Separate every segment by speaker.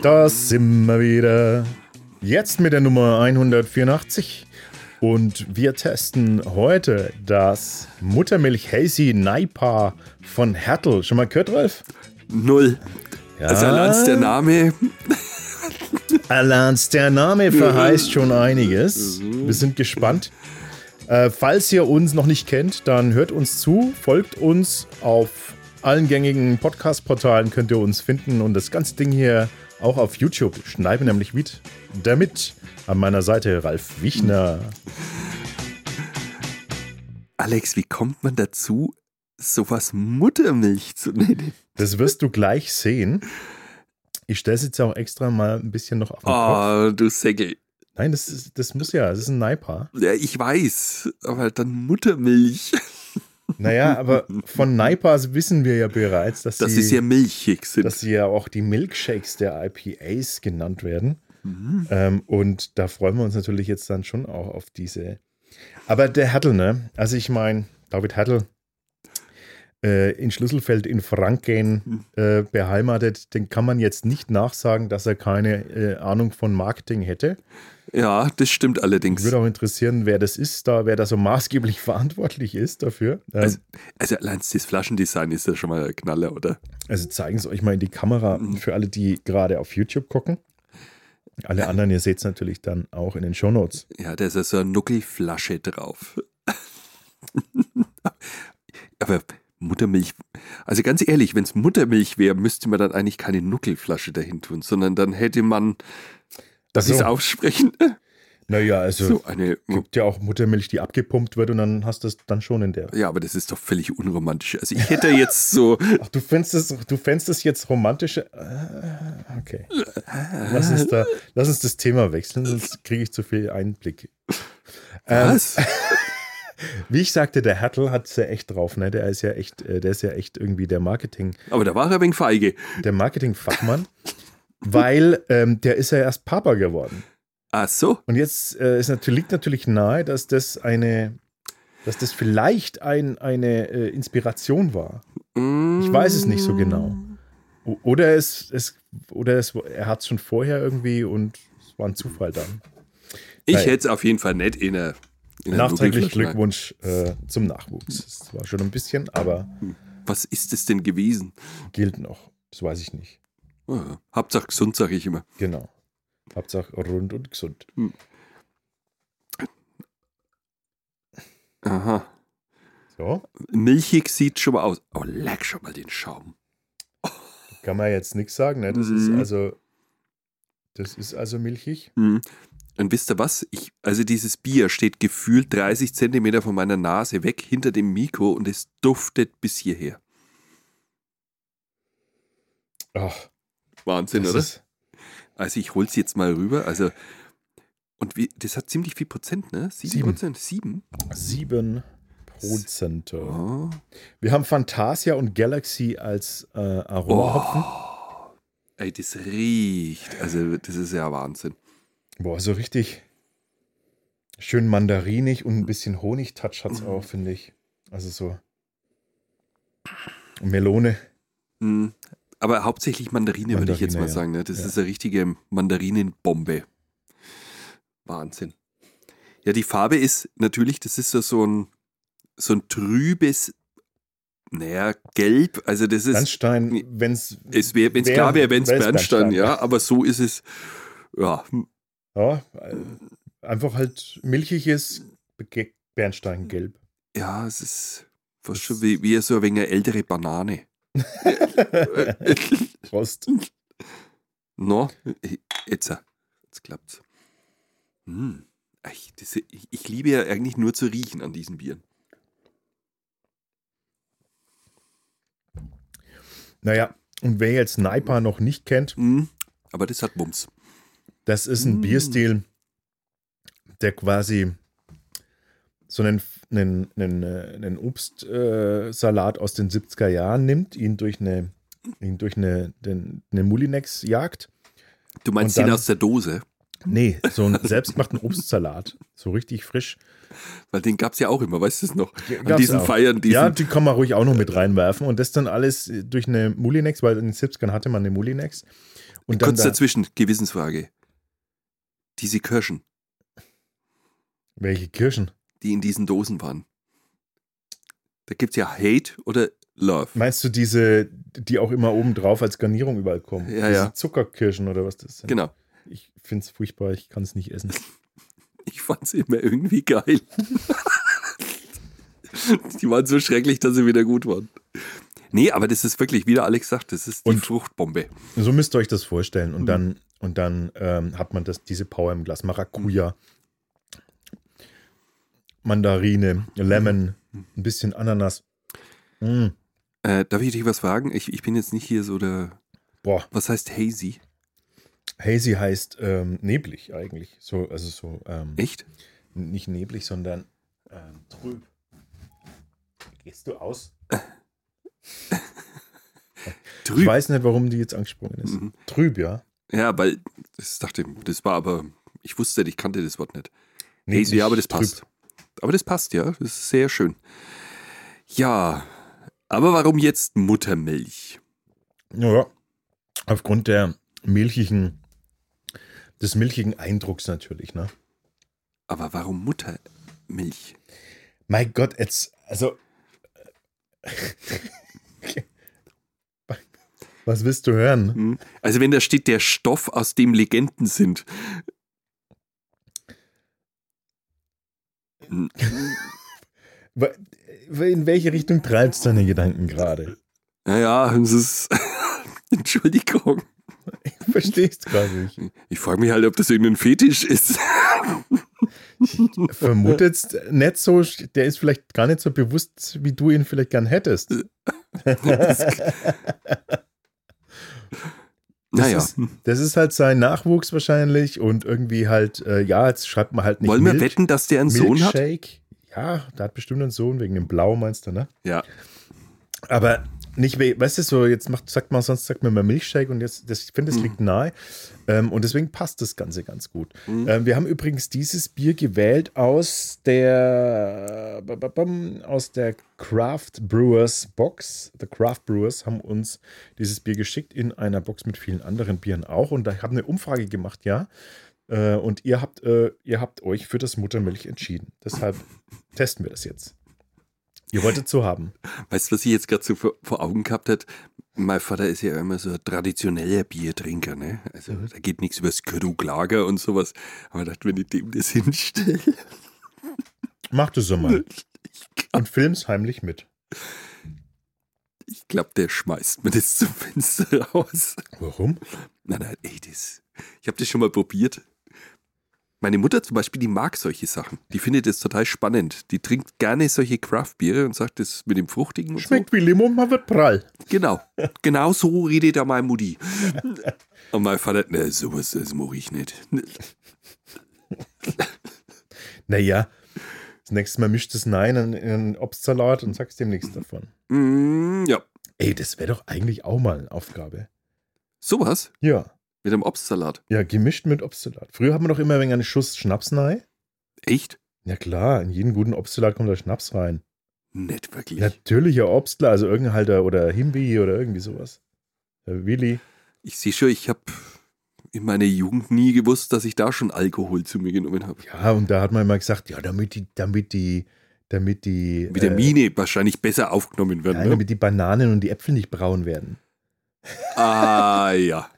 Speaker 1: Da sind wir wieder. Jetzt mit der Nummer 184. Und wir testen heute das Muttermilch Hazy Naipa von Hertel. Schon mal gehört, Ralf?
Speaker 2: Null.
Speaker 1: Ja.
Speaker 2: Also allein der Name.
Speaker 1: Allein der Name verheißt schon einiges. Wir sind gespannt. Äh, falls ihr uns noch nicht kennt, dann hört uns zu, folgt uns auf allen gängigen Podcast-Portalen könnt ihr uns finden und das ganze Ding hier auch auf YouTube. Schneiden nämlich mit damit. An meiner Seite Ralf Wichner.
Speaker 2: Alex, wie kommt man dazu, sowas Muttermilch zu nennen?
Speaker 1: Das wirst du gleich sehen. Ich stelle es jetzt auch extra mal ein bisschen noch auf den Kopf.
Speaker 2: Oh, du Säckel.
Speaker 1: Nein, das, ist, das muss ja, das ist ein Naipa.
Speaker 2: Ja, ich weiß, aber dann Muttermilch.
Speaker 1: Naja, aber von Naipas wissen wir ja bereits, dass
Speaker 2: Dass
Speaker 1: sie
Speaker 2: sie sehr milchig sind.
Speaker 1: dass sie ja auch die Milkshakes der IPAs genannt werden. Ähm, und da freuen wir uns natürlich jetzt dann schon auch auf diese. Aber der Hertel, ne? Also ich meine, David Hertel äh, in Schlüsselfeld in Franken äh, beheimatet, den kann man jetzt nicht nachsagen, dass er keine äh, Ahnung von Marketing hätte.
Speaker 2: ja, das stimmt allerdings.
Speaker 1: Würde auch interessieren, wer das ist da, wer da so maßgeblich verantwortlich ist dafür. Ähm,
Speaker 2: Also, also allein das Flaschendesign ist ja schon mal ein Knaller, oder?
Speaker 1: Also zeigen es euch mal in die Kamera für alle, die gerade auf YouTube gucken. Alle anderen, ihr seht es natürlich dann auch in den Shownotes.
Speaker 2: Ja, da ist ja so eine Nuckelflasche drauf. aber Muttermilch, also ganz ehrlich, wenn es Muttermilch wäre, müsste man dann eigentlich keine Nuckelflasche dahin tun, sondern dann hätte man, darf
Speaker 1: So.
Speaker 2: ich es aussprechen,
Speaker 1: Naja, also
Speaker 2: so eine,
Speaker 1: gibt ja auch Muttermilch, die abgepumpt wird und dann hast du es dann schon in der.
Speaker 2: ja, aber das ist doch völlig unromantisch. Also ich hätte jetzt so,
Speaker 1: Ach, du fändest es, du fändest es jetzt romantische. Ah, Okay. Lass uns, da, lass uns das Thema wechseln, sonst kriege ich zu viel Einblick. Ähm,
Speaker 2: was?
Speaker 1: wie ich sagte, der Hertel hat es ja echt drauf, ne? Der ist ja echt, äh, der ist ja echt irgendwie der Marketing.
Speaker 2: Aber da war er ein wenig feige.
Speaker 1: der Marketingfachmann, weil ähm, der ist ja erst Papa geworden.
Speaker 2: Ach so,
Speaker 1: Und jetzt äh, ist natürlich, liegt natürlich nahe, dass das eine, dass das vielleicht ein, eine äh, Inspiration war. Ich weiß es
Speaker 2: Mm.
Speaker 1: nicht so genau. O oder es, es, oder es, er hat es schon vorher irgendwie und es war ein Zufall dann.
Speaker 2: ich
Speaker 1: Naja.
Speaker 2: hätte es auf jeden Fall nicht in der in einer
Speaker 1: Nachträglich
Speaker 2: Nuckelflasche rein.
Speaker 1: Glückwunsch äh, zum Nachwuchs. Es war schon ein bisschen, aber
Speaker 2: Was ist es denn gewesen?
Speaker 1: gilt noch. Das weiß ich nicht.
Speaker 2: Ah, Hauptsache gesund, sage ich immer.
Speaker 1: Genau. Hauptsache rund und gesund.
Speaker 2: Aha.
Speaker 1: So.
Speaker 2: Milchig sieht schon mal aus. Oh, leck schon mal den Schaum.
Speaker 1: Kann man jetzt nichts sagen, ne? Das ist
Speaker 2: Mhm.
Speaker 1: also. Das ist also milchig.
Speaker 2: Mhm. Und wisst ihr was? Ich, also dieses Bier steht gefühlt 30 Zentimeter von meiner Nase weg hinter dem Mikro und es duftet bis hierher.
Speaker 1: Ach,
Speaker 2: Wahnsinn,
Speaker 1: das
Speaker 2: oder?
Speaker 1: ist,
Speaker 2: Also ich hol's jetzt mal rüber. Also und wie, das hat ziemlich viel Prozent, ne? Sieben,
Speaker 1: Sieben.
Speaker 2: Prozent? Sieben?
Speaker 1: 7 Prozent.
Speaker 2: Oh.
Speaker 1: Wir haben Fantasia und Galaxy als äh,
Speaker 2: Oh.
Speaker 1: Aromahopfen.
Speaker 2: Ey, das riecht. Also das ist ja Wahnsinn.
Speaker 1: Boah, so richtig schön mandarinig und ein bisschen
Speaker 2: Mhm.
Speaker 1: Honigtouch hat es auch, finde ich. Also so. Melone.
Speaker 2: Mhm. Aber hauptsächlich Mandarine, würde ich jetzt mal
Speaker 1: Mandarine, ja.
Speaker 2: sagen. Ne? Das
Speaker 1: Ja.
Speaker 2: ist eine richtige Mandarinenbombe. Wahnsinn. Ja, die Farbe ist natürlich, das ist so, so ein so ein trübes, naja, gelb. Also das ist,
Speaker 1: Bernstein, wenn es.
Speaker 2: es wär, wenn's klar wäre, wenn es Bernstein, ja, aber so ist es, ja, hm,
Speaker 1: ja. äh, Einfach halt milchiges Bege- Bernsteingelb.
Speaker 2: ja, es ist fast schon wie, wie so ein wenig eine ältere Banane. Äh.
Speaker 1: Prost.
Speaker 2: No, jetzt, äh, jetzt klappt's. Hm. Ich, das, ich, ich liebe ja eigentlich nur zu riechen an diesen Bieren.
Speaker 1: Naja, und wer jetzt Naipa noch nicht kennt,
Speaker 2: Hm. Aber das hat Bums.
Speaker 1: das ist ein
Speaker 2: Mm.
Speaker 1: Bierstil, der quasi so einen, einen, einen, äh, einen Obstsalat aus den 70er Jahren nimmt, ihn durch eine, ihn durch eine, den, eine Mulinex jagt.
Speaker 2: Du meinst
Speaker 1: Und
Speaker 2: den
Speaker 1: dann-
Speaker 2: aus der Dose?
Speaker 1: Nee, so einen selbstgemachten Obstsalat. So richtig frisch.
Speaker 2: Weil den gab's ja auch immer, weißt du es noch?
Speaker 1: Ge-
Speaker 2: An
Speaker 1: gab's
Speaker 2: diesen
Speaker 1: auch.
Speaker 2: Feiern, diesen.
Speaker 1: ja, die kann man ruhig auch noch mit reinwerfen. Und das dann alles äh, durch eine Mulinex, weil in den 70ern hatte man eine Mulinex. Und dann
Speaker 2: Kurz
Speaker 1: da,
Speaker 2: dazwischen, Gewissensfrage. Diese Kirschen,
Speaker 1: welche Kirschen?
Speaker 2: die in diesen Dosen waren. Da gibt es ja Hate oder Love.
Speaker 1: Meinst du diese, die auch immer oben drauf als Garnierung überall kommen?
Speaker 2: Ja,
Speaker 1: diese
Speaker 2: ja.
Speaker 1: Zuckerkirschen oder was das sind?
Speaker 2: Genau.
Speaker 1: Ich finde es furchtbar, ich kann es nicht essen.
Speaker 2: Ich fand sie immer irgendwie geil. die waren so schrecklich, dass sie wieder gut waren. Nee, aber das ist wirklich, wie der Alex sagt, das ist die
Speaker 1: Und-
Speaker 2: Fruchtbombe.
Speaker 1: So müsst ihr euch das vorstellen. Und
Speaker 2: Mhm.
Speaker 1: dann, und dann ähm, hat man das, diese Power im Glas. Maracuja, Mandarine, Lemon,
Speaker 2: Mhm.
Speaker 1: ein bisschen Ananas. Mm,
Speaker 2: Äh, darf ich dich was fragen? Ich, ich bin jetzt nicht hier so der.
Speaker 1: boah,
Speaker 2: Was heißt Hazy?
Speaker 1: hazy heißt ähm, neblig eigentlich. So, also so, ähm,
Speaker 2: Echt?
Speaker 1: nicht neblig, sondern ähm, trüb. Gehst du aus? Ich
Speaker 2: Trüb.
Speaker 1: weiß nicht, warum die jetzt angesprungen ist.
Speaker 2: Mhm.
Speaker 1: Trüb, ja.
Speaker 2: Ja, weil das dachte, ich, das war aber. Ich wusste, ich kannte das Wort nicht.
Speaker 1: Neblig,
Speaker 2: Hazy, aber das
Speaker 1: trüb.
Speaker 2: passt. Aber das passt, ja. Das ist sehr schön. Ja, aber warum jetzt Muttermilch?
Speaker 1: Ja, aufgrund der milchigen, des milchigen Eindrucks natürlich, ne?
Speaker 2: Aber warum Muttermilch?
Speaker 1: Mein Gott, jetzt, also. Was willst du hören?
Speaker 2: Hm? Also, wenn da steht, der Stoff, aus dem Legenden sind. Hm,
Speaker 1: Wa- In welche Richtung treibst du deine Gedanken gerade?
Speaker 2: Naja, es ist. Entschuldigung.
Speaker 1: Ich verstehst gerade nicht.
Speaker 2: Ich frage mich halt, ob das irgendein Fetisch ist.
Speaker 1: Vermutetst nicht so, der ist vielleicht gar nicht so bewusst, wie du ihn vielleicht gern hättest.
Speaker 2: naja,
Speaker 1: ist Das ist halt sein Nachwuchs wahrscheinlich und irgendwie halt, äh, ja, jetzt schreibt man halt nicht
Speaker 2: wollen wir
Speaker 1: Milch.
Speaker 2: wetten, dass der einen Sohn hat?
Speaker 1: Milkshake. Ja, da hat bestimmt einen Sohn wegen dem Blau, meinst du, ne?
Speaker 2: Ja.
Speaker 1: Aber nicht, we- weißt du, so jetzt macht, sagt man, sonst sagt man mal Milchshake und jetzt, das, ich finde, das liegt nahe. Ähm, und deswegen passt das Ganze ganz gut. Ähm, wir haben übrigens dieses Bier gewählt aus der, ba- ba- bam, aus der Craft Brewers Box. The Craft Brewers haben uns dieses Bier geschickt in einer Box mit vielen anderen Bieren auch. Und da haben eine Umfrage gemacht, ja. Äh, und ihr habt, äh, ihr habt euch für das Muttermilch entschieden. Deshalb testen wir das jetzt. Ihr wolltet so haben.
Speaker 2: Weißt du, was ich jetzt gerade so vor, vor Augen gehabt hat? Mein Vater ist ja immer so ein traditioneller Biertrinker, ne? Also da geht nichts über das Kruglager und sowas. Aber ich dachte, wenn ich dem das hinstelle,
Speaker 1: Macht es so mal. Und film's heimlich mit.
Speaker 2: ich glaube, der schmeißt mir das zum Fenster raus.
Speaker 1: Warum?
Speaker 2: Nein, nein, ey, das. Ich habe das schon mal probiert. Meine Mutter zum Beispiel, die mag solche Sachen. Die findet das total spannend. Die trinkt gerne solche Craft-Biere und sagt, das mit dem Fruchtigen und
Speaker 1: Schmeckt wie Limo, man wird prall.
Speaker 2: so. Genau. Genau so redet da mein Mutti. Und mein Vater, ne, sowas, das mache ich nicht.
Speaker 1: Naja, das nächste Mal mischt es Nein in in einen Obstsalat und sagst dem nichts davon.
Speaker 2: Mm, ja.
Speaker 1: Ey, das wäre doch eigentlich auch mal eine Aufgabe.
Speaker 2: Sowas?
Speaker 1: Ja.
Speaker 2: Mit einem Obstsalat.
Speaker 1: Ja, gemischt mit Obstsalat. Früher haben wir doch immer wegen einen Schuss Schnaps rein.
Speaker 2: Echt?
Speaker 1: Ja klar, in jeden guten Obstsalat kommt der Schnaps rein.
Speaker 2: Nicht wirklich.
Speaker 1: Natürlicher Obstler, also irgendein Halter oder Himbi oder irgendwie sowas. Der Willi.
Speaker 2: Ich sehe schon, ich habe in meiner Jugend nie gewusst, dass ich da schon Alkohol zu mir genommen habe.
Speaker 1: Ja, und da hat man immer gesagt, ja, damit die, damit die, damit die
Speaker 2: Vitamine wahrscheinlich besser aufgenommen
Speaker 1: Äh,
Speaker 2: werden.
Speaker 1: nein,
Speaker 2: ne?
Speaker 1: damit die Bananen und die Äpfel nicht braun werden.
Speaker 2: Ah, ja.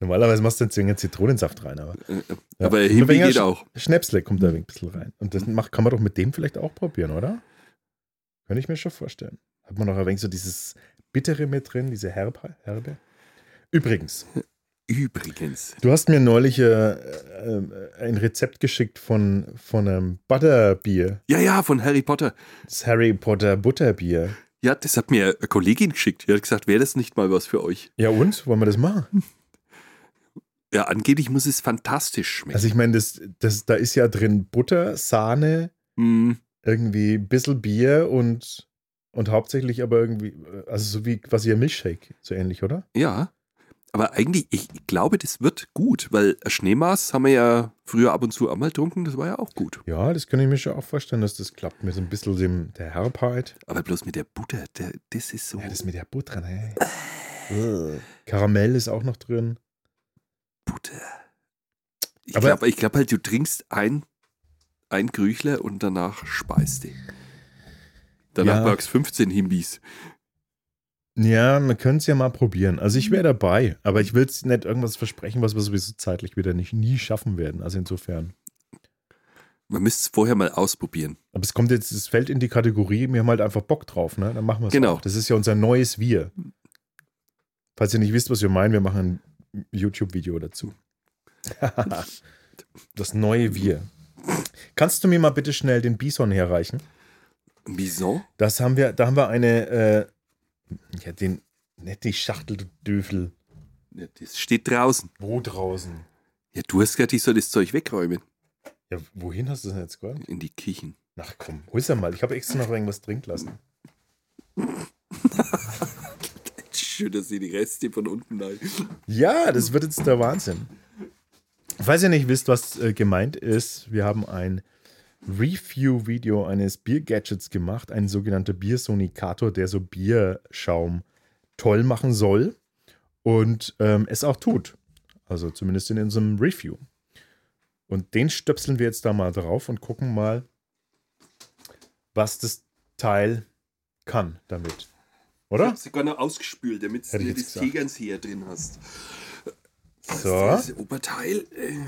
Speaker 1: Normalerweise machst du jetzt einen Zitronensaft rein, aber
Speaker 2: Äh,
Speaker 1: Ja.
Speaker 2: Aber
Speaker 1: Und
Speaker 2: Himbeer
Speaker 1: wegen
Speaker 2: geht
Speaker 1: Sch-
Speaker 2: auch.
Speaker 1: Schnäpsle kommt da ein bisschen rein. Und das macht, kann man doch mit dem vielleicht auch probieren, oder? Könnte ich mir schon vorstellen. Hat man noch ein wenig so dieses Bittere mit drin, diese Herbe. Herbe. Übrigens,
Speaker 2: Übrigens.
Speaker 1: du hast mir neulich äh, äh, ein Rezept geschickt von, von einem Butterbier.
Speaker 2: Ja, ja, von Harry Potter.
Speaker 1: Das Harry Potter Butterbier.
Speaker 2: Ja, das hat mir eine Kollegin geschickt. Die hat gesagt, wäre das nicht mal was für euch?
Speaker 1: Ja und? Wollen wir das machen?
Speaker 2: Ja, angeblich muss es fantastisch schmecken.
Speaker 1: Also ich meine, das, das, da ist ja drin Butter, Sahne,
Speaker 2: Hm,
Speaker 1: irgendwie ein bisschen Bier und, und hauptsächlich aber irgendwie, also so wie quasi ein Milchshake, so ähnlich, oder?
Speaker 2: ja. Aber eigentlich, ich glaube, das wird gut, weil Schneemaß haben wir ja früher ab und zu einmal getrunken. Das war ja auch gut.
Speaker 1: Ja, das kann ich mir schon auch vorstellen, dass das klappt mit so ein bisschen dem, der Herbheit.
Speaker 2: Aber bloß mit der Butter, der, das ist so.
Speaker 1: Ja, das mit der Butter, ne? Karamell ist Äh. auch noch drin.
Speaker 2: Butter. Ich
Speaker 1: Aber-
Speaker 2: glaube glaub halt, du trinkst ein, ein Grüchler und danach speist du. Danach
Speaker 1: Ja.
Speaker 2: magst 15 Himbis.
Speaker 1: Ja, wir können es ja mal probieren. Also ich wäre dabei, aber ich will es nicht irgendwas versprechen, was wir sowieso zeitlich wieder nicht nie schaffen werden. Also insofern.
Speaker 2: Man müsste es vorher mal ausprobieren.
Speaker 1: Aber es kommt jetzt, es fällt in die Kategorie, wir haben halt einfach Bock drauf, ne? Dann machen wir es.
Speaker 2: Genau.
Speaker 1: Das ist ja unser neues Wir. Falls ihr nicht wisst, was wir meinen, wir machen ein YouTube-Video dazu. das neue Wir. Kannst du mir mal bitte schnell den Bison herreichen?
Speaker 2: Ein Bison?
Speaker 1: Das haben wir, da haben wir eine, äh, ja, den, nicht die Schachtel, du Döfel.
Speaker 2: Ja, das steht draußen.
Speaker 1: Wo draußen?
Speaker 2: Ja, du hast gesagt, ich soll das Zeug wegräumen.
Speaker 1: Ja, wohin hast du das denn jetzt geräumt?
Speaker 2: In die Küchen.
Speaker 1: Ach komm, hol's ja mal. Ich habe extra noch irgendwas trinken lassen.
Speaker 2: Schön, dass sie die Reste von unten rein.
Speaker 1: Ja, das wird jetzt der Wahnsinn. Falls ihr nicht wisst, was äh, gemeint ist, wir haben ein Review-Video eines Bier-Gadgets gemacht, ein sogenannter Biersonikator, der so Bierschaum toll machen soll und ähm, es auch tut. Also zumindest in unserem Review. Und den stöpseln wir jetzt da mal drauf und gucken mal, was das Teil kann damit.
Speaker 2: Ich
Speaker 1: Oder?
Speaker 2: hab sogar noch ausgespült, damit
Speaker 1: Hätte
Speaker 2: du
Speaker 1: ich jetzt
Speaker 2: das
Speaker 1: gesagt.
Speaker 2: Tegerns hier drin hast.
Speaker 1: So.
Speaker 2: Das Oberteil. Ähm,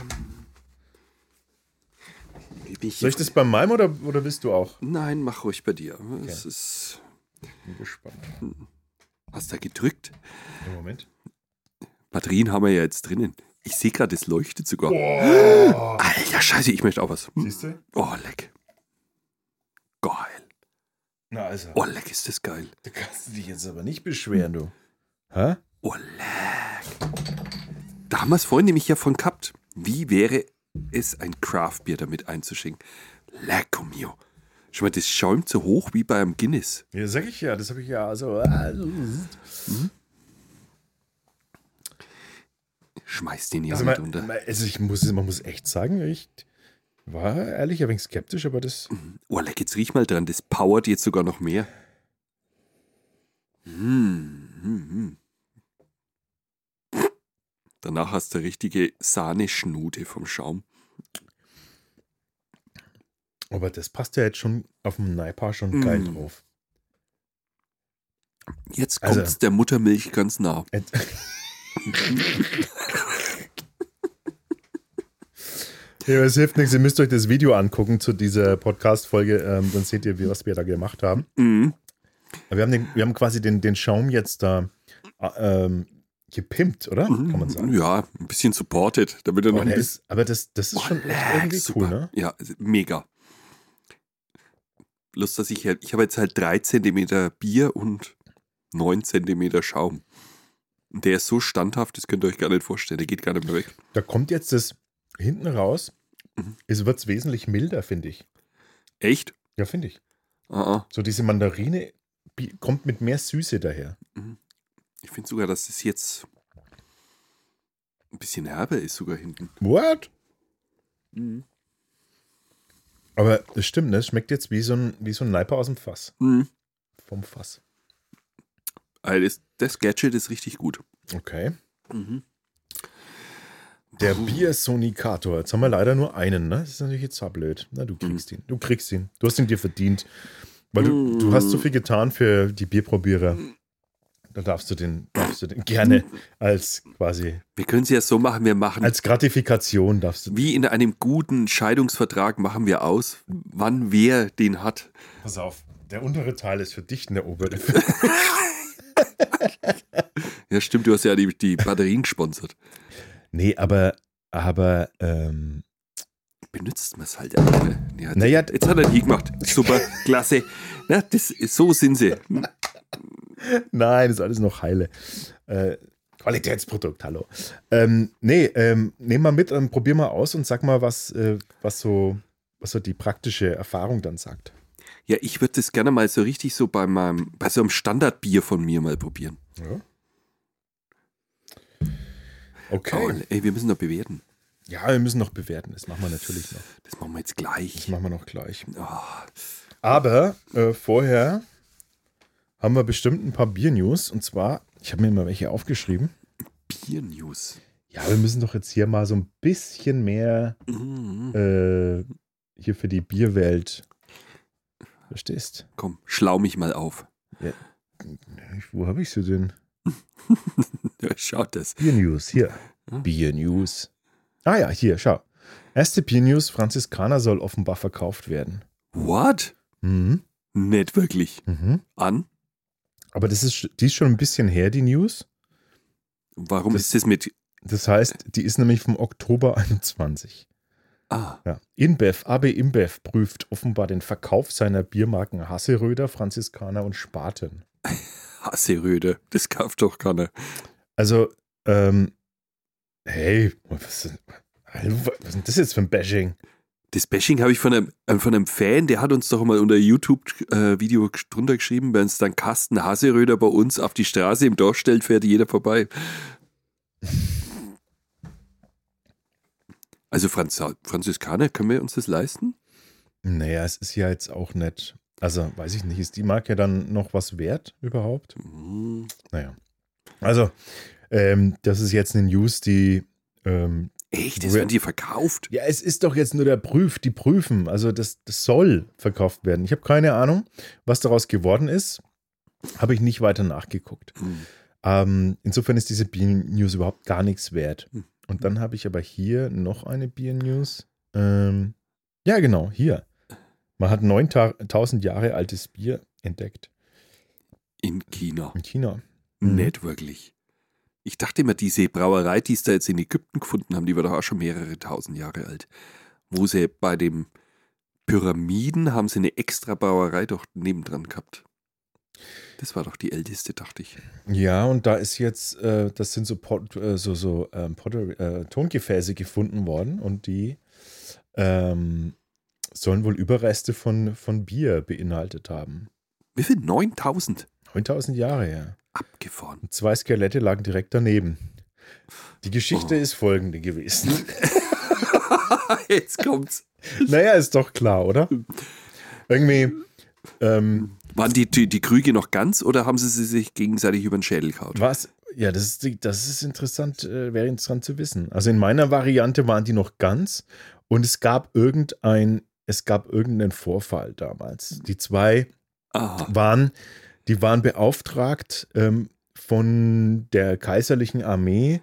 Speaker 2: ich bin
Speaker 1: Soll ich das bei meinem oder, oder willst du auch?
Speaker 2: Nein, mach ruhig bei dir. Es ist,
Speaker 1: Bin gespannt.
Speaker 2: hast du da gedrückt?
Speaker 1: Im Moment.
Speaker 2: Batterien haben wir ja jetzt drinnen. Ich sehe gerade, es leuchtet sogar. Alter Scheiße, ich möchte auch was.
Speaker 1: Siehst du?
Speaker 2: Oh, leck. Geil.
Speaker 1: Na also,
Speaker 2: Oh, leck, ist das geil.
Speaker 1: da kannst du dich jetzt aber nicht beschweren, du. Hä?
Speaker 2: Oh, leck. Da haben wir es vorhin nämlich ja von gehabt. Wie wäre es, ein Craftbier damit einzuschenken? Lecco mio. Schau mal, das schäumt so hoch wie bei einem Guinness.
Speaker 1: Ja, sag ich ja, das habe ich ja. Also, also
Speaker 2: Schmeiß den ja mit
Speaker 1: man,
Speaker 2: unter.
Speaker 1: man- also ich muss, man muss echt sagen, ich war ehrlich ein wenig skeptisch, aber das.
Speaker 2: Oh, leck, jetzt riech mal dran. Das powert jetzt sogar noch mehr. Hm, hm, hm. Danach hast du richtige Sahneschnute vom Schaum.
Speaker 1: Aber das passt ja jetzt schon auf dem Naipa schon
Speaker 2: Mm.
Speaker 1: geil drauf.
Speaker 2: Jetzt kommt
Speaker 1: Also-
Speaker 2: es der Muttermilch ganz nah.
Speaker 1: Et- Ja, es hilft nichts, ihr müsst euch das Video angucken zu dieser Podcast-Folge, ähm, dann seht ihr, wie- was wir da gemacht haben.
Speaker 2: Mhm.
Speaker 1: Ja, Wir haben, den, wir haben quasi den, den Schaum jetzt da äh, ähm, gepimpt, oder? Kann man sagen.
Speaker 2: Mhm. mm, Ja, ein bisschen supported, damit er
Speaker 1: Oh,
Speaker 2: noch ein
Speaker 1: der
Speaker 2: bisschen.
Speaker 1: ist, aber das, das ist schon echt irgendwie
Speaker 2: äh, Super.
Speaker 1: cool, ne?
Speaker 2: Ja, also mega. Bloß, dass ich halt, ich habe jetzt halt 3 cm Bier und 9 cm Schaum. Und der ist so standhaft, das könnt ihr euch gar nicht vorstellen. Der geht gar nicht mehr weg.
Speaker 1: Da kommt jetzt das hinten raus.
Speaker 2: Mhm.
Speaker 1: Es wird wesentlich milder, finde ich.
Speaker 2: Echt?
Speaker 1: Ja, finde ich.
Speaker 2: Ah, ah.
Speaker 1: So diese Mandarine bi- kommt mit mehr Süße daher.
Speaker 2: Ich finde sogar, dass das jetzt ein bisschen herber ist, sogar hinten.
Speaker 1: What? Mhm. Aber das stimmt, ne? Es schmeckt jetzt wie so ein, wie so ein Neiper aus dem Fass.
Speaker 2: Mhm.
Speaker 1: Vom Fass.
Speaker 2: Also das, das Gadget ist richtig gut.
Speaker 1: Okay.
Speaker 2: Mhm.
Speaker 1: Der
Speaker 2: Puh.
Speaker 1: Biersonikator. Jetzt haben wir leider nur einen, ne? Das ist natürlich jetzt blöd. Na, du kriegst ihn. Du kriegst ihn. Du hast ihn dir verdient. Weil du, du hast so viel getan für die Bierprobierer. Da darfst du den, darfst du den gerne als quasi,
Speaker 2: Wir können es ja so machen, wir machen
Speaker 1: als Gratifikation darfst du.
Speaker 2: Wie in einem guten Scheidungsvertrag machen wir aus, wann wer den hat.
Speaker 1: Pass auf, der untere Teil ist für dich und der obere.
Speaker 2: Ja, stimmt, du hast ja die, die Batterien gesponsert.
Speaker 1: nee, aber, aber, ähm,
Speaker 2: Benutzt man es halt einfach. ne? Ja, jetzt,
Speaker 1: Naja, d-
Speaker 2: jetzt hat er die gemacht. Super, klasse. Na, das, so sind sie.
Speaker 1: Nein, ist alles noch heile. Äh, Qualitätsprodukt, hallo. Ähm, nee, ähm, nehm mal mit, ähm, probier mal aus und sag mal, was, äh, was, so, was so die praktische Erfahrung dann sagt.
Speaker 2: Ja, ich würde das gerne mal so richtig so bei meinem, bei so einem Standardbier von mir mal probieren.
Speaker 1: Okay.
Speaker 2: Oh, ey, wir müssen noch bewerten.
Speaker 1: Ja, wir müssen noch bewerten. Das machen wir natürlich noch.
Speaker 2: Das machen wir jetzt
Speaker 1: Das
Speaker 2: gleich.
Speaker 1: machen wir noch gleich.
Speaker 2: Ah,
Speaker 1: Aber äh, vorher haben wir bestimmt ein paar Bier-News. Und zwar, ich habe mir mal welche aufgeschrieben.
Speaker 2: Bier-News.
Speaker 1: ja, wir müssen doch jetzt hier mal so ein bisschen mehr
Speaker 2: Mhm.
Speaker 1: äh, hier für die Bierwelt. Verstehst?
Speaker 2: Komm, schlau mich mal auf.
Speaker 1: Ich- Äh, Wo habe ich sie denn?
Speaker 2: Ja, Schaut das.
Speaker 1: Bier News, hier.
Speaker 2: Hm?
Speaker 1: Bier News. Ah ja, hier, schau. Erste Bier News, Franziskaner soll offenbar verkauft werden.
Speaker 2: What?
Speaker 1: Mhm.
Speaker 2: Nicht wirklich.
Speaker 1: Mhm.
Speaker 2: An?
Speaker 1: Aber das ist, die ist schon ein bisschen her, die News.
Speaker 2: Warum
Speaker 1: Das-
Speaker 2: ist das mit.
Speaker 1: Das heißt, die ist nämlich vom Oktober 21.
Speaker 2: Ah,
Speaker 1: Ja. InBev, AB InBev prüft offenbar den Verkauf seiner Biermarken Hasseröder, Franziskaner und Spaten.
Speaker 2: Hasseröde. Das kauft doch keiner.
Speaker 1: Also, ähm, hey, was ist, Hallo, was ist denn das jetzt für ein Bashing?
Speaker 2: Das Bashing habe ich von einem, äh, von einem Fan, der hat uns doch mal unter YouTube-Video drunter geschrieben, wenn es dann Kasten Hasseröder bei uns auf die Straße im Dorf stellt, fährt jeder vorbei. Also Franz Franziskaner, können wir uns das leisten?
Speaker 1: Naja, es ist ja jetzt auch nicht. Also, weiß ich nicht, ist die Marke dann noch was wert überhaupt?
Speaker 2: Hm.
Speaker 1: Naja. Also, ähm, das ist jetzt eine News, die. Ähm,
Speaker 2: Echt, das
Speaker 1: Woher-
Speaker 2: werden die verkauft?
Speaker 1: ja, es ist doch jetzt nur der Prüf, die prüfen. Also, das, das soll verkauft werden. Ich habe keine Ahnung, was daraus geworden ist. Habe ich nicht weiter nachgeguckt.
Speaker 2: Hm.
Speaker 1: Ähm, insofern ist diese Bier-News überhaupt gar nichts wert.
Speaker 2: Hm.
Speaker 1: Und dann habe ich aber hier noch eine Bier-News. Ähm, ja, genau, hier. Man hat 9000 Jahre altes Bier entdeckt
Speaker 2: In China.
Speaker 1: in China. Mhm.
Speaker 2: Nicht wirklich. Ich dachte immer, diese Brauerei, die es da jetzt in Ägypten gefunden haben, die war doch auch schon mehrere tausend Jahre alt. Wo sie bei dem Pyramiden haben sie eine extra Brauerei doch nebendran gehabt. Das war doch die älteste, dachte ich.
Speaker 1: Ja, und da ist jetzt, äh, das sind so, Pot, äh, so, so ähm, Potter- äh, Tongefäße gefunden worden und die ähm, sollen wohl Überreste von, von Bier beinhaltet haben.
Speaker 2: Wie viel? 9000?
Speaker 1: 9000 Jahre her.
Speaker 2: Abgefahren.
Speaker 1: Und zwei Skelette lagen direkt daneben. Die Geschichte
Speaker 2: Oh.
Speaker 1: ist folgende gewesen.
Speaker 2: jetzt kommt's.
Speaker 1: naja, ist doch klar, oder? Irgendwie, ähm,
Speaker 2: Waren die, die, die Krüge noch ganz oder haben sie sie sich gegenseitig über den Schädel gehauen?
Speaker 1: was? Ja, das ist, die- das ist interessant, äh, wäre interessant zu wissen. Also in meiner Variante waren die noch ganz und es gab irgendein, es gab irgendeinen Vorfall damals. Die zwei
Speaker 2: Aha.
Speaker 1: waren, die waren beauftragt ähm, von der kaiserlichen Armee,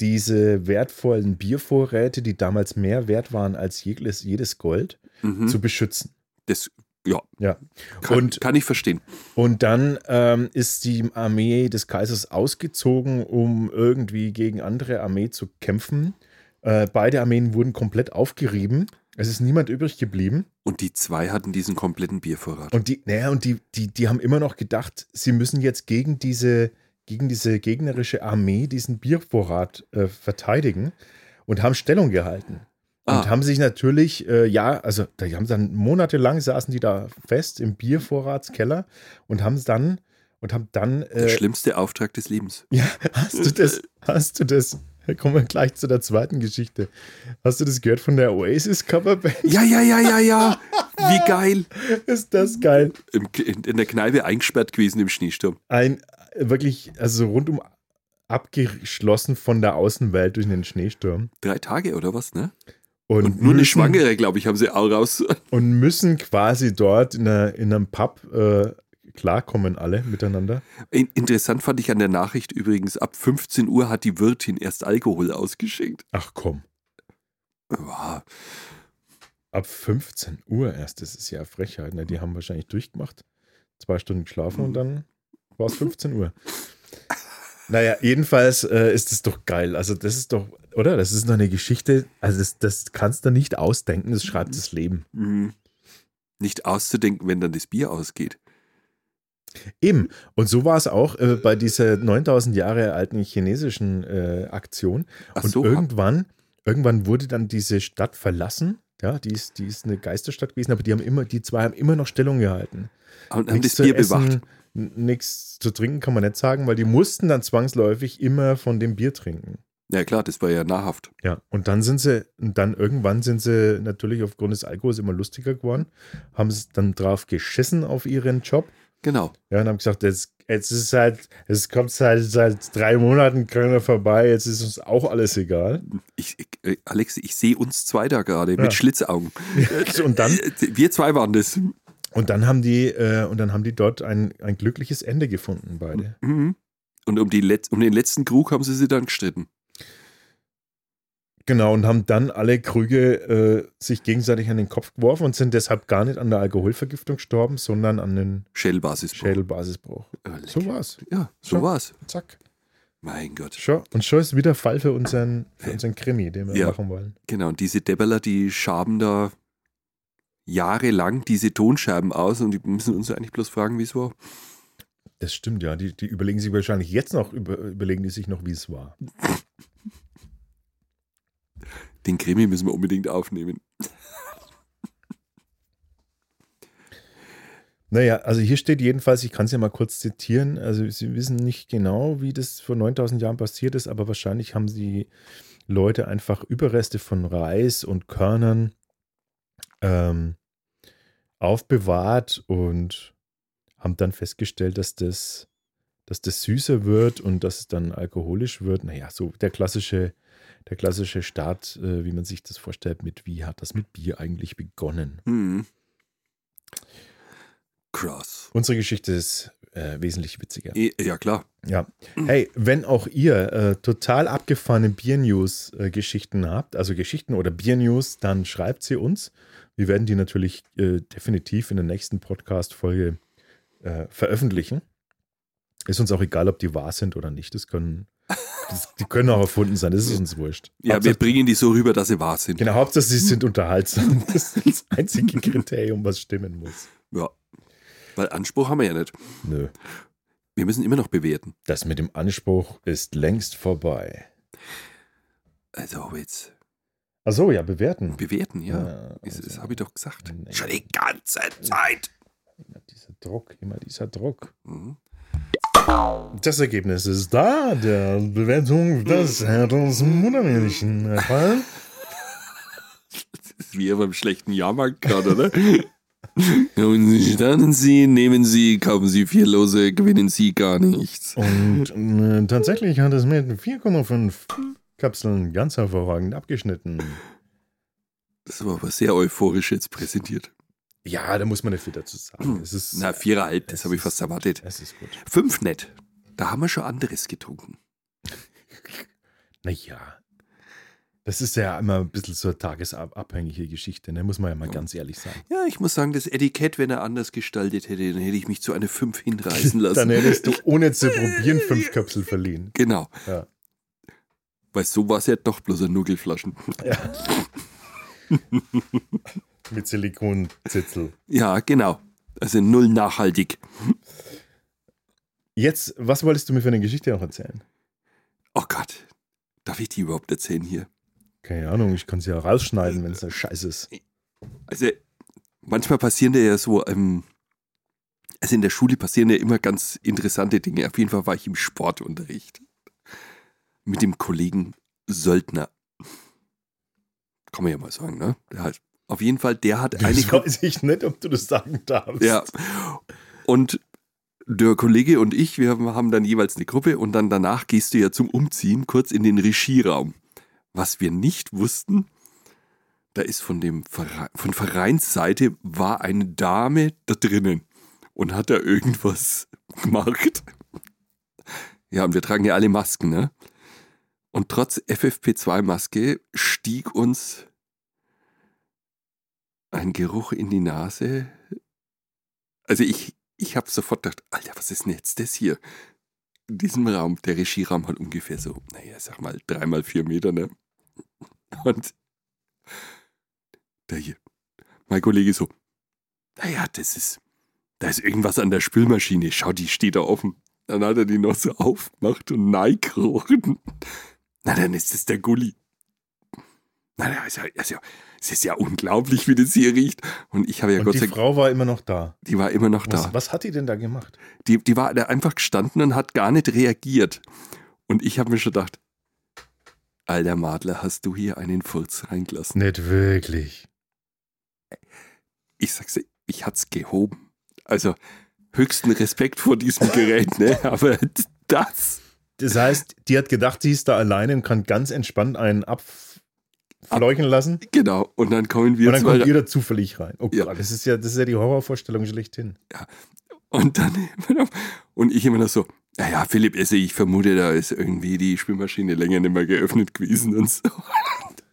Speaker 1: diese wertvollen Biervorräte, die damals mehr wert waren als jedes, jedes Gold,
Speaker 2: Mhm.
Speaker 1: zu beschützen.
Speaker 2: Das, ja,
Speaker 1: Ja.
Speaker 2: kann,
Speaker 1: Und-
Speaker 2: kann ich verstehen.
Speaker 1: Und dann ähm, ist die Armee des Kaisers ausgezogen, um irgendwie gegen andere Armee zu kämpfen. Äh, beide Armeen wurden komplett aufgerieben. Es ist niemand übrig geblieben.
Speaker 2: Und die zwei hatten diesen kompletten Biervorrat.
Speaker 1: Und die, naja, und die, die, die haben immer noch gedacht, sie müssen jetzt gegen diese, gegen diese gegnerische Armee diesen Biervorrat äh, verteidigen und haben Stellung gehalten.
Speaker 2: Ah.
Speaker 1: Und haben sich natürlich, äh, ja, also da haben sie dann monatelang saßen die da fest im Biervorratskeller und haben dann und haben dann.
Speaker 2: Der
Speaker 1: Äh,
Speaker 2: schlimmste Auftrag des Lebens.
Speaker 1: ja, hast du das, hast du das? Kommen wir gleich zu der zweiten Geschichte. Hast du das gehört von der Oasis Coverband?
Speaker 2: Ja, ja, ja, ja, ja. Wie geil.
Speaker 1: Ist das geil?
Speaker 2: Im, in, in der Kneipe eingesperrt gewesen im Schneesturm.
Speaker 1: ein wirklich, also rundum abgeschlossen von der Außenwelt durch den Schneesturm.
Speaker 2: Drei Tage oder was, ne?
Speaker 1: Und,
Speaker 2: Und nur eine
Speaker 1: müssen-
Speaker 2: Schwangere, glaube ich, haben sie auch raus.
Speaker 1: Und müssen quasi dort in, einer, in einem Pub äh, klarkommen, alle miteinander.
Speaker 2: In, interessant fand ich an der Nachricht übrigens, ab 15 Uhr hat die Wirtin erst Alkohol ausgeschenkt.
Speaker 1: Ach komm,
Speaker 2: Wow.
Speaker 1: ab 15 Uhr erst, das ist ja Frechheit. Ne? Die haben wahrscheinlich durchgemacht, zwei Stunden geschlafen und dann war es 15 Uhr. Naja, jedenfalls äh, ist es doch geil. Also, das ist doch, oder? Das ist noch eine Geschichte. Also, das, das kannst du nicht ausdenken, das schreibt das Leben.
Speaker 2: Mhm. Nicht auszudenken, wenn dann das Bier ausgeht.
Speaker 1: Eben. Und so war es auch äh, bei dieser 9000 Jahre alten chinesischen äh, Aktion.
Speaker 2: Ach
Speaker 1: Und
Speaker 2: so, hab-
Speaker 1: irgendwann, irgendwann wurde dann diese Stadt verlassen. Ja, die ist, die ist eine Geisterstadt gewesen, aber die haben immer, die zwei haben immer noch Stellung gehalten.
Speaker 2: haben, haben
Speaker 1: Nichts
Speaker 2: das
Speaker 1: zu
Speaker 2: Bier bewacht.
Speaker 1: essen, n- Nichts zu trinken kann man nicht sagen, weil die mussten dann zwangsläufig immer von dem Bier trinken.
Speaker 2: Ja klar, das war ja nahrhaft.
Speaker 1: Ja, und dann sind sie, und dann irgendwann sind sie natürlich aufgrund des Alkohols immer lustiger geworden, haben es dann drauf geschissen auf ihren Job
Speaker 2: Genau.
Speaker 1: Ja, und haben gesagt, jetzt, jetzt ist halt, es kommt halt seit drei Monaten keiner vorbei, jetzt ist uns auch alles egal.
Speaker 2: Ich, ich, äh, Alex, ich sehe uns zwei da gerade
Speaker 1: Ja.
Speaker 2: mit Schlitzaugen. Äh,
Speaker 1: Und dann,
Speaker 2: Wir zwei waren das.
Speaker 1: und dann haben die, äh, und dann haben die dort ein, ein glückliches Ende gefunden, beide.
Speaker 2: Mhm. Und um, die Let um den letzten Krug haben sie sich dann gestritten.
Speaker 1: Genau, und haben dann alle Krüge äh, sich gegenseitig an den Kopf geworfen und sind deshalb gar nicht an der Alkoholvergiftung gestorben, sondern an den
Speaker 2: Shell-Basis.
Speaker 1: Schädelbasisbruch. So war's.
Speaker 2: Ah, Ja, so
Speaker 1: Ja.
Speaker 2: war's.
Speaker 1: Zack.
Speaker 2: Mein Gott.
Speaker 1: Schon. Und schon ist wieder Fall für unseren, für unseren Krimi, den wir
Speaker 2: Ja.
Speaker 1: machen wollen.
Speaker 2: Genau, und diese Debbeler, die schaben da jahrelang diese Tonscherben aus und die müssen uns eigentlich bloß fragen, wie es war.
Speaker 1: Das stimmt, ja. Die, die überlegen sich wahrscheinlich jetzt noch, über, überlegen die sich noch, wie es war.
Speaker 2: Den Krimi müssen wir unbedingt aufnehmen.
Speaker 1: Naja, also hier steht jedenfalls, ich kann es ja mal kurz zitieren, also sie wissen nicht genau, wie das vor 9000 Jahren passiert ist, aber wahrscheinlich haben die Leute einfach Überreste von Reis und Körnern ähm, aufbewahrt und haben dann festgestellt, dass das, dass das süßer wird und dass es dann alkoholisch wird. Naja, so der klassische, der klassische Start, äh, wie man sich das vorstellt, mit wie hat das mit Bier eigentlich begonnen?
Speaker 2: Hm. Krass.
Speaker 1: Unsere Geschichte ist äh, wesentlich witziger.
Speaker 2: Eh, Ja, klar.
Speaker 1: Ja. Hey, wenn auch ihr äh, total abgefahrene Bier-News-Geschichten habt, also Geschichten oder Bier-News, dann schreibt sie uns. Wir werden die natürlich äh, definitiv in der nächsten Podcast-Folge äh, veröffentlichen. Ist uns auch egal, ob die wahr sind oder nicht. Das können, das, die können auch erfunden sein. Das ist uns wurscht.
Speaker 2: Ja, wir
Speaker 1: Hauptsache,
Speaker 2: bringen die so rüber, dass sie wahr sind.
Speaker 1: genau, Hauptsache, sie sind unterhaltsam. Das ist das einzige Kriterium, was stimmen muss.
Speaker 2: Ja. Weil Anspruch haben wir ja nicht.
Speaker 1: Nö.
Speaker 2: Wir müssen immer noch bewerten.
Speaker 1: Das mit dem Anspruch ist längst vorbei.
Speaker 2: Also aber jetzt
Speaker 1: Ach so, ja, bewerten.
Speaker 2: bewerten, ja. das
Speaker 1: also,
Speaker 2: das habe ich doch gesagt.
Speaker 1: Nein.
Speaker 2: Schon die ganze Zeit.
Speaker 1: immer dieser Druck, immer dieser Druck.
Speaker 2: Mhm.
Speaker 1: Das Ergebnis ist da. Der Bewertung des Herrens Muttermädchen erfallen.
Speaker 2: Das ist wie beim schlechten Jahrmarkt gerade, oder? Kaufen Sie, starten Sie, nehmen Sie, kaufen Sie vier Lose, gewinnen Sie gar nichts.
Speaker 1: Und äh, tatsächlich hat es mit 4,5 Kapseln ganz hervorragend abgeschnitten.
Speaker 2: Das war aber sehr euphorisch jetzt präsentiert.
Speaker 1: Ja, da muss man nicht viel dazu sagen. Es ist,
Speaker 2: Na, viereinhalb, das
Speaker 1: Es
Speaker 2: habe ich
Speaker 1: ist-
Speaker 2: fast erwartet.
Speaker 1: es ist gut.
Speaker 2: Fünf nett. Da haben wir schon anderes getrunken.
Speaker 1: Naja. Das ist ja immer ein bisschen so eine tagesabhängige Geschichte, ne? muss man ja mal ganz ehrlich sagen.
Speaker 2: Ja, ich muss sagen, das Etikett, wenn er anders gestaltet hätte, dann hätte ich mich zu einer fünf hinreißen lassen.
Speaker 1: Dann hättest du ohne zu probieren fünf Köpsel verliehen.
Speaker 2: Genau.
Speaker 1: Ja.
Speaker 2: Weil so war es ja doch bloß ein Nuckelflaschen.
Speaker 1: Mit Silikonzitzel.
Speaker 2: Ja, genau. Also null nachhaltig.
Speaker 1: Jetzt, was wolltest du mir für eine Geschichte noch erzählen?
Speaker 2: Oh Gott, darf ich die überhaupt erzählen hier?
Speaker 1: Keine Ahnung, ich kann sie ja rausschneiden, wenn es eine Scheiße ist.
Speaker 2: Also manchmal passieren da ja so, ähm, also in der Schule passieren ja immer ganz interessante Dinge. Auf jeden Fall war ich im Sportunterricht mit dem Kollegen Söldner. Kann man ja mal sagen, ne? Der hat, auf jeden Fall, der hat
Speaker 1: Das
Speaker 2: eigentlich...
Speaker 1: weiß ich nicht, ob du das sagen darfst.
Speaker 2: Ja. Und der Kollege und ich, wir haben dann jeweils eine Gruppe und dann danach gehst du ja zum Umziehen kurz in den Regieraum. Was wir nicht wussten, da ist von dem Verein, von Vereinsseite war eine Dame da drinnen und hat da irgendwas gemacht. Ja, und wir tragen ja alle Masken, ne? Und trotz FFP2-Maske stieg uns ein Geruch in die Nase. Also ich, ich habe sofort gedacht, Alter, was ist denn jetzt das hier? In diesem Raum, der Regieraum hat ungefähr so, naja, sag mal, dreimal vier Meter, ne? Und der hier, mein Kollege so, naja, das ist, da ist irgendwas an der Spülmaschine, schau, die steht da offen. Dann hat er die noch so aufgemacht und nein gerochen. Na, dann ist es der Gulli. Na, ja, ist ja, ist ja, es ist ja unglaublich, wie das hier riecht. Und ich habe ja
Speaker 1: Und
Speaker 2: Gott
Speaker 1: die
Speaker 2: sei Dank
Speaker 1: Frau war immer noch da.
Speaker 2: die war immer noch
Speaker 1: Was,
Speaker 2: da.
Speaker 1: was hat die denn da gemacht?
Speaker 2: Die, die war da einfach gestanden und hat gar nicht reagiert. Und ich habe mir schon gedacht, alter Madler, hast du hier einen Furz reingelassen?
Speaker 1: Nicht wirklich.
Speaker 2: Ich sag's dir, ich hat's gehoben. Also, höchsten Respekt vor diesem Gerät, ne? Aber das.
Speaker 1: Das heißt, die hat gedacht, sie ist da alleine und kann ganz entspannt einen abfleuchen lassen.
Speaker 2: Genau. Und dann kommen wir
Speaker 1: Und dann
Speaker 2: zwei
Speaker 1: kommt
Speaker 2: rein.
Speaker 1: ihr da zufällig rein. Oh
Speaker 2: Ja.
Speaker 1: Gott, das ist ja, das ist ja die Horrorvorstellung schlechthin.
Speaker 2: Und dann und ich immer noch so, naja, Philipp Esse, ich vermute, da ist irgendwie die Spülmaschine länger nicht mehr geöffnet gewesen und so.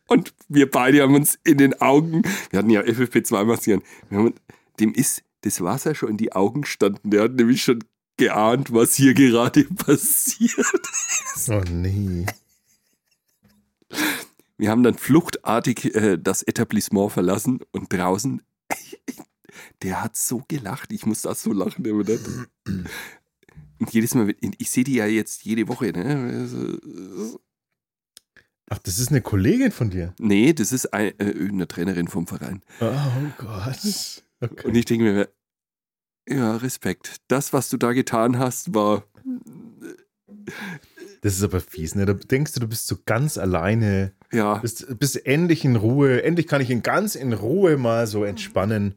Speaker 2: Und wir beide haben uns in den Augen, wir hatten ja FFP2 massieren, wir haben, dem ist das Wasser schon in die Augen gestanden. Der hat nämlich schon geahnt, was hier gerade passiert.
Speaker 1: Oh nee.
Speaker 2: Wir haben dann fluchtartig äh, das Etablissement verlassen und draußen, der hat so gelacht, ich muss das so lachen. Der wird dann- und jedes Mal, wenn- ich sehe die ja jetzt jede Woche. Ne?
Speaker 1: Ach, das ist eine Kollegin von dir.
Speaker 2: Nee, das ist ein, äh, eine Trainerin vom Verein.
Speaker 1: Oh Gott. Okay.
Speaker 2: Und ich denke mir, ja, Respekt. Das, was du da getan hast, war
Speaker 1: Das ist aber fies, ne? Da denkst du, du bist so ganz alleine.
Speaker 2: ja.
Speaker 1: Bist, bist endlich in Ruhe. Endlich kann ich ihn ganz in Ruhe mal
Speaker 2: Mhm.
Speaker 1: so entspannen.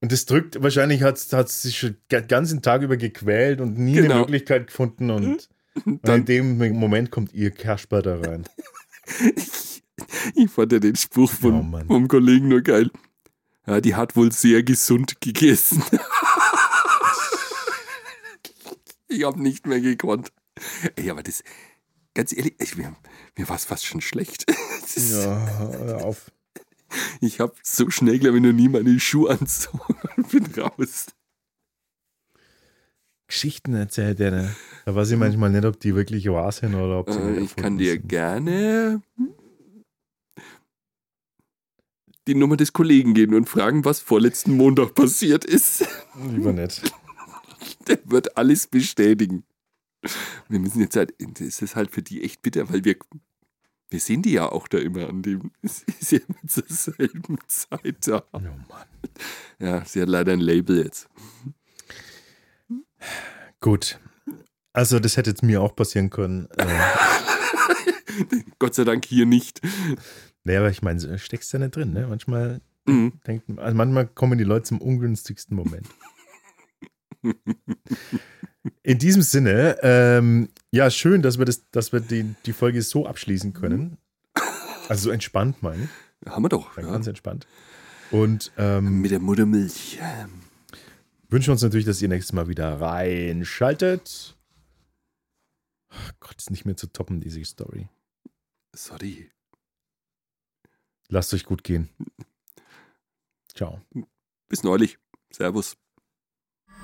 Speaker 1: Und das drückt, wahrscheinlich hat es sich schon den ganzen Tag über gequält und nie eine
Speaker 2: Genau. Mhm.
Speaker 1: Möglichkeit gefunden. Und, und
Speaker 2: Dann-
Speaker 1: in dem Moment kommt ihr Kasper da rein.
Speaker 2: Ich fand ja den Spruch von,
Speaker 1: Oh Mann.
Speaker 2: vom Kollegen nur geil. Ja, die hat wohl sehr gesund gegessen. ich habe nicht mehr gekonnt. Ey, aber das, ganz ehrlich, ich, mir, mir war es fast schon schlecht. Das ist-
Speaker 1: Ja, hör auf.
Speaker 2: Ich habe so schnell, glaube ich, noch nie meine Schuhe anzogen und bin raus.
Speaker 1: Geschichten erzählt er, ne? Da weiß ich manchmal nicht, ob die wirklich wahr sind oder ob sie
Speaker 2: Äh,
Speaker 1: nicht
Speaker 2: ich kann
Speaker 1: erfunden
Speaker 2: dir
Speaker 1: sind.
Speaker 2: gerne die Nummer des Kollegen geben und fragen, was vorletzten Montag passiert ist.
Speaker 1: Lieber nicht.
Speaker 2: Der wird alles bestätigen. Wir müssen jetzt halt, es ist halt für die echt bitter, weil wir, wir sehen die ja auch da immer an dem, es ist ja immer zur selben Zeit da.
Speaker 1: Oh Mann.
Speaker 2: Ja, sie hat leider ein Label jetzt.
Speaker 1: Gut. Also, das hätte jetzt mir auch passieren können. Äh,
Speaker 2: Gott sei Dank hier nicht.
Speaker 1: naja, aber ich meine, so steckst du da nicht drin, ne? Manchmal,
Speaker 2: Mhm.
Speaker 1: denkt, man- also manchmal kommen die Leute zum ungünstigsten Moment. In diesem Sinne, ähm, ja, schön, dass wir, das, dass wir die, die Folge so abschließen können. Also so entspannt, meine ich.
Speaker 2: Haben wir doch.
Speaker 1: Dann
Speaker 2: Ja.
Speaker 1: Ganz entspannt. Und ähm,
Speaker 2: Mit der Muttermilch.
Speaker 1: wünschen uns natürlich, dass ihr nächstes Mal wieder reinschaltet. Ach Gott, ist nicht mehr zu toppen, diese Story.
Speaker 2: Sorry.
Speaker 1: Lasst euch gut gehen. Ciao.
Speaker 2: Bis neulich. Servus.